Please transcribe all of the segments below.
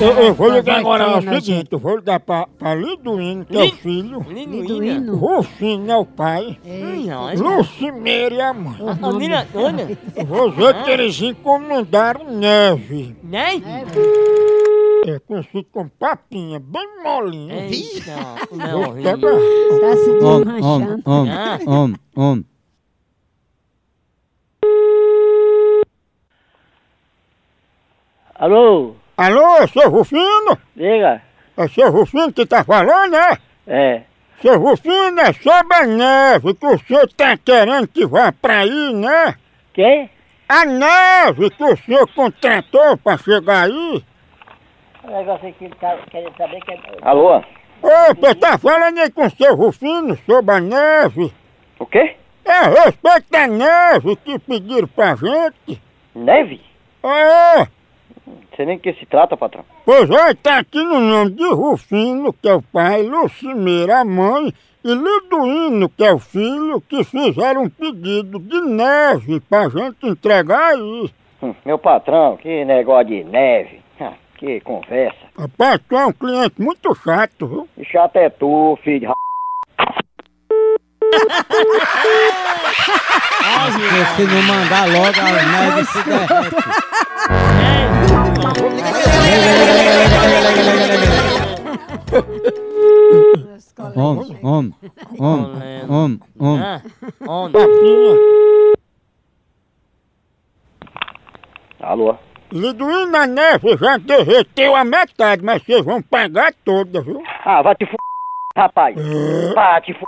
Eu, eu vou ligar Vai agora, é cair o na seguinte, gente. eu vou ligar pra, pra Liduíno, que é o Lin- filho, Ninuína. Rufino é o pai, Ninuína. Lucimeira é a mãe. Ninuína. Eu Vou ver que eles encomendaram neve, Né? é conhecido como papinha, bem né? molinha. Eita. Vou Não, pegar. Rita. Tá se Om, om, desmanchando. om, Ah. om, om. Alô? Alô, seu Rufino? Diga. É seu Rufino que tá falando, né? É. Seu Rufino, é sobre a neve que o senhor tá querendo que vá pra aí, né? Quem? A neve que o senhor contratou pra chegar aí? O negócio aqui tá querendo saber que é. Alô? Ô, você tá falando aí com o seu Rufino sobre a neve? O quê? É a respeito da neve que pediram pra gente? Neve? É, Não sei nem o que se trata, patrão. pois é, tá aqui no nome de Rufino, que é o pai, Lucimeira, a mãe, e Liduíno, que é o filho, que fizeram um pedido de neve pra gente entregar aí. Hum, Meu patrão, que negócio de neve. Ah, Que conversa. Rapaz, tu é um cliente muito chato, viu? Que chato é tu, filho de ra... Porque se não mandar logo, a neve se derrete. Om, om, om, om, om. Ah, onde? Papinha. Alô? Liduíno, a neve já derreteu a metade, mas vocês vão pagar toda, viu? Ah, vai te f... rapaz. Vai te f...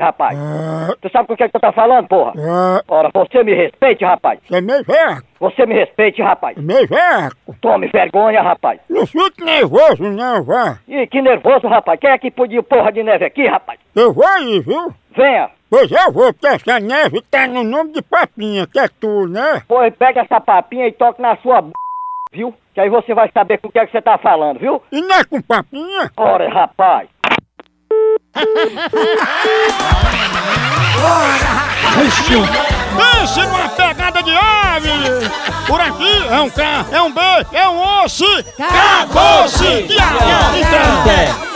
rapaz. Ah, Tu sabe com o que, é que tu tá falando, porra? ah, Ora, você me respeite, rapaz. você é meio veaco, Você me respeite, rapaz. meio veaco. Tome vergonha, rapaz. Não fique nervoso não, vá. Ih, que nervoso, rapaz. Quem é que pediu porra de neve aqui, rapaz? Eu vou aí, viu? Venha. Pois eu vou, porque essa neve tá no nome de papinha, que é tu, né? Pois pega essa papinha e toque na sua b... viu? Que aí você vai saber com o que é que você tá falando, viu? E não é com papinha? Ora, rapaz. Pense numa pegada de ave! Por aqui é um K, é um B, é um osso! Acabou-se! Acabou-se!